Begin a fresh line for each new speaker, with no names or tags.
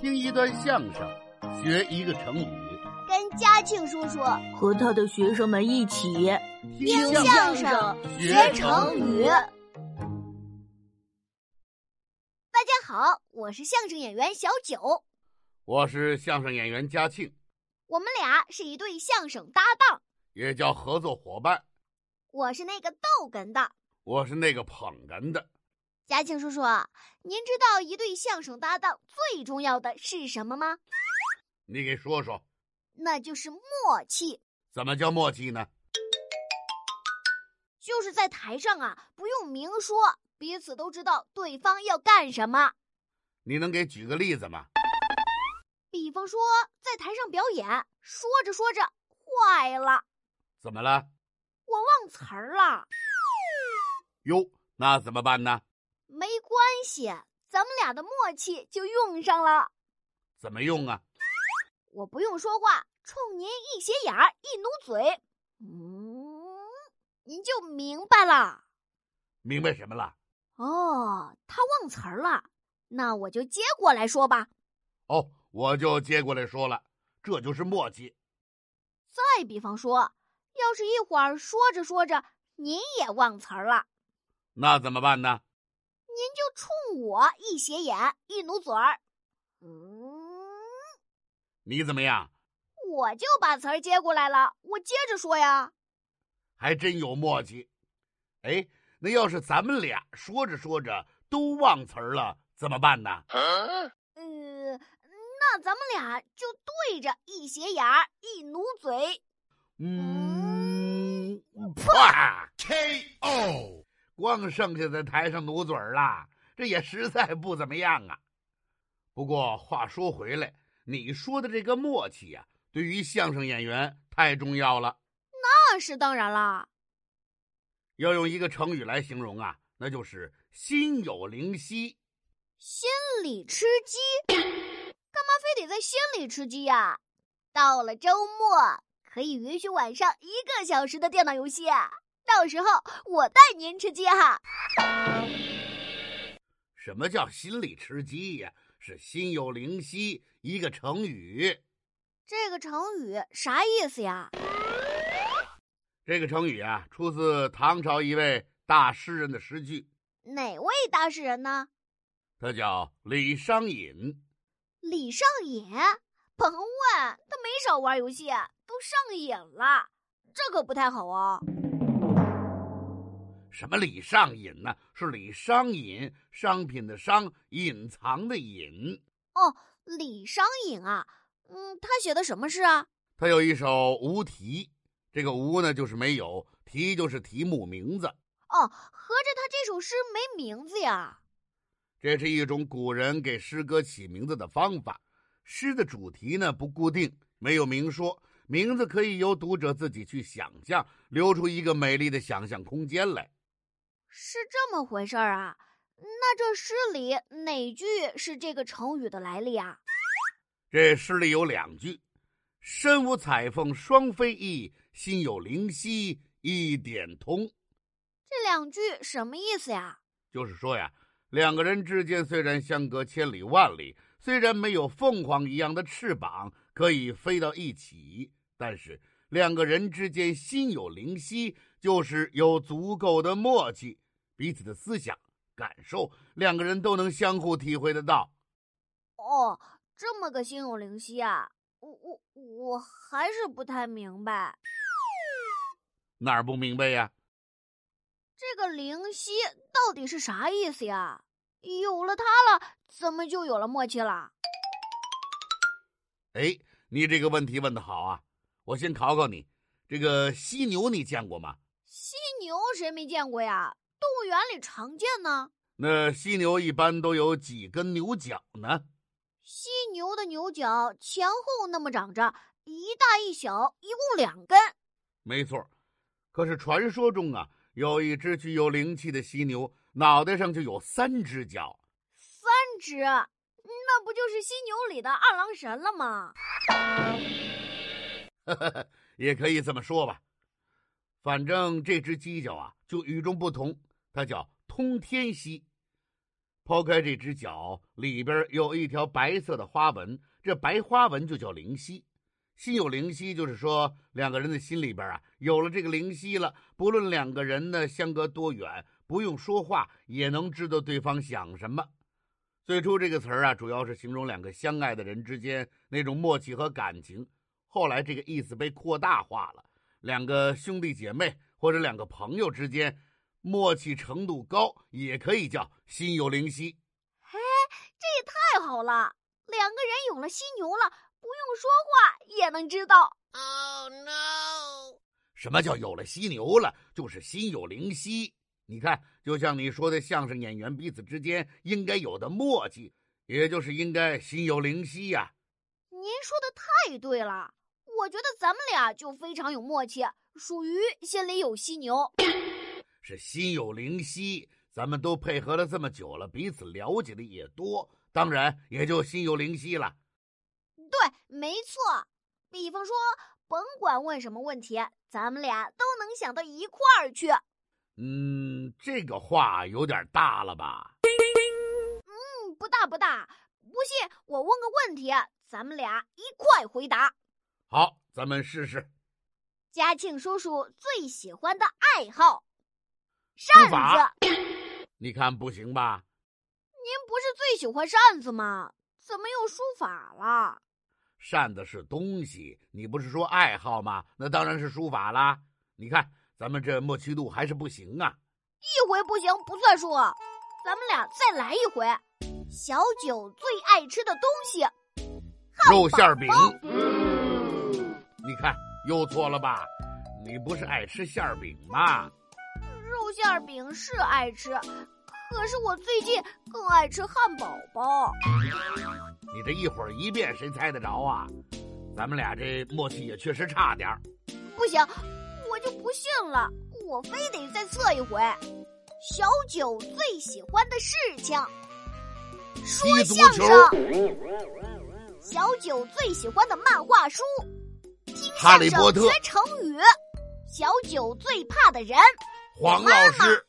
听一段相声，学一个成语，
跟嘉庆叔叔
和他的学生们一起
听
相声
学成语。
大家好，我是相声演员小九，
我是相声演员嘉庆，
我们俩是一对相声搭档。
也叫合作伙伴。
我是那个逗哏的
我是那个捧哏的，
嘉庆叔叔，您知道一对相声搭档最重要的是什么吗？
你给说说，
那就是默契，
怎么叫默契呢？
就是在台上啊，不用明说，彼此都知道对方要干什么。
你能给举个例子吗？
比方说，在台上表演，说着说着坏了，
怎么了？
我忘词儿了。
哟，那怎么办呢？
没关系，咱们俩的默契就用上了。
怎么用啊？
我不用说话，冲您一斜眼儿，一努嘴，嗯，您就明白了。
明白什么了？
哦，他忘词儿了，那我就接过来说吧。
哦，我就接过来说了，这就是默契。
再比方说，要是一会儿说着说着您也忘词儿了，
那怎么办呢？
您就冲我一斜眼，一努嘴儿，嗯，
你怎么样？
我就把词儿接过来了，我接着说呀。
还真有默契。哎，那要是咱们俩说着说着都忘词儿了，怎么办呢？
呃，那咱们俩就对着一斜眼儿，一努嘴，
嗯，啪！K.O. 光剩下在台上努嘴儿啦，这也实在不怎么样啊。不过话说回来，你说的这个默契呀、对于相声演员太重要了。
那是当然啦。
要用一个成语来形容啊，那就是心有灵犀。
心里吃鸡，干嘛非得在心里吃鸡呀、到了周末，可以允许晚上一个小时的电脑游戏，到时候我带您吃鸡哈。
什么叫心里吃鸡呀、是心有灵犀一个成语。
这个成语啥意思呀？
这个成语啊，出自唐朝一位大诗人的诗句，
哪位大诗人呢？
他叫李商隐。
李商隐？甭问，他没少玩游戏，都上瘾了，这可不太好哦。
什么李商隐呢？是李商隐，商品的商，隐藏的隐。
李商隐啊，嗯，他写的什么诗啊？
他有一首《无题》，这个“无”呢就是没有，“题”就是题目名字。
哦，合着他这首诗没名字呀？
这是一种古人给诗歌起名字的方法。诗的主题呢不固定，没有明说，名字可以由读者自己去想象，留出一个美丽的想象空间来。
是这么回事儿啊？那这诗里哪句是这个成语的来历啊？
这诗里有两句：“身无彩凤双飞翼，心有灵犀一点通。”
这两句什么意思呀？
就是说呀，两个人之间虽然相隔千里万里，虽然没有凤凰一样的翅膀可以飞到一起，但是两个人之间心有灵犀，就是有足够的默契，彼此的思想感受，两个人都能相互体会得到。
哦，这么个心有灵犀啊！我我我还是不太明白，
哪儿不明白呀？
这个灵犀到底是啥意思呀？有了它了，怎么就有了默契了？
哎，你这个问题问得好啊！我先考考你，这个犀牛你见过吗？
犀牛谁没见过呀？动物园里常见呢。
那犀牛一般都有几根牛角呢？
犀牛的牛角前后那么长着，一大一小，一共两根。
没错儿，可是传说中啊，有一只具有灵气的犀牛，脑袋上就有三只角。
三只，那不就是犀牛里的二郎神了吗？
也可以这么说吧。反正这只犄角啊，就与众不同，它叫通天犀。抛开这只脚，里边有一条白色的花纹，这白花纹就叫灵犀。心有灵犀，就是说两个人的心里边啊，有了这个灵犀了，不论两个人呢相隔多远，不用说话也能知道对方想什么。最初这个词儿啊，主要是形容两个相爱的人之间那种默契和感情。后来这个意思被扩大化了，两个兄弟姐妹或者两个朋友之间默契程度高，也可以叫心有灵犀。
这也太好了！两个人有了犀牛了，不用说话也能知道。
Oh no!
什么叫有了犀牛了？就是心有灵犀。你看，就像你说的，相声演员彼此之间应该有的默契，也就是应该心有灵犀呀、
您说的太对了，我觉得咱们俩就非常有默契，属于心里有犀牛。
是心有灵犀。咱们都配合了这么久了，彼此了解的也多，当然也就心有灵犀了。
对，没错。比方说，甭管问什么问题，咱们俩都能想到一块儿去。
嗯，这个话有点大了吧？
嗯，不大不大，不信我问个问题，咱们俩一块回答。
好，咱们试试。
嘉庆叔叔最喜欢的爱好，
书
扇
法
子。
你看不行吧？
您不是最喜欢扇子吗？怎么又书法了？
扇子是东西，你不是说爱好吗？那当然是书法啦。你看咱们这默契度还是不行啊。
一回不行不算数，啊咱们俩再来一回。小九最爱吃的东西，
肉馅儿饼，你看又错了吧？你不是爱吃馅儿饼吗？
肉馅儿饼是爱吃，可是我最近更爱吃汉堡包。
你这一会儿一遍谁猜得着啊？咱们俩这默契也确实差点儿。
不行，我就不信了，我非得再测一回。小九最喜欢的事情，说
踢足
相
球
声。小九最喜欢的漫画书，听
哈
相
利
声
波特
学成语。小九最怕的人，
黄老师，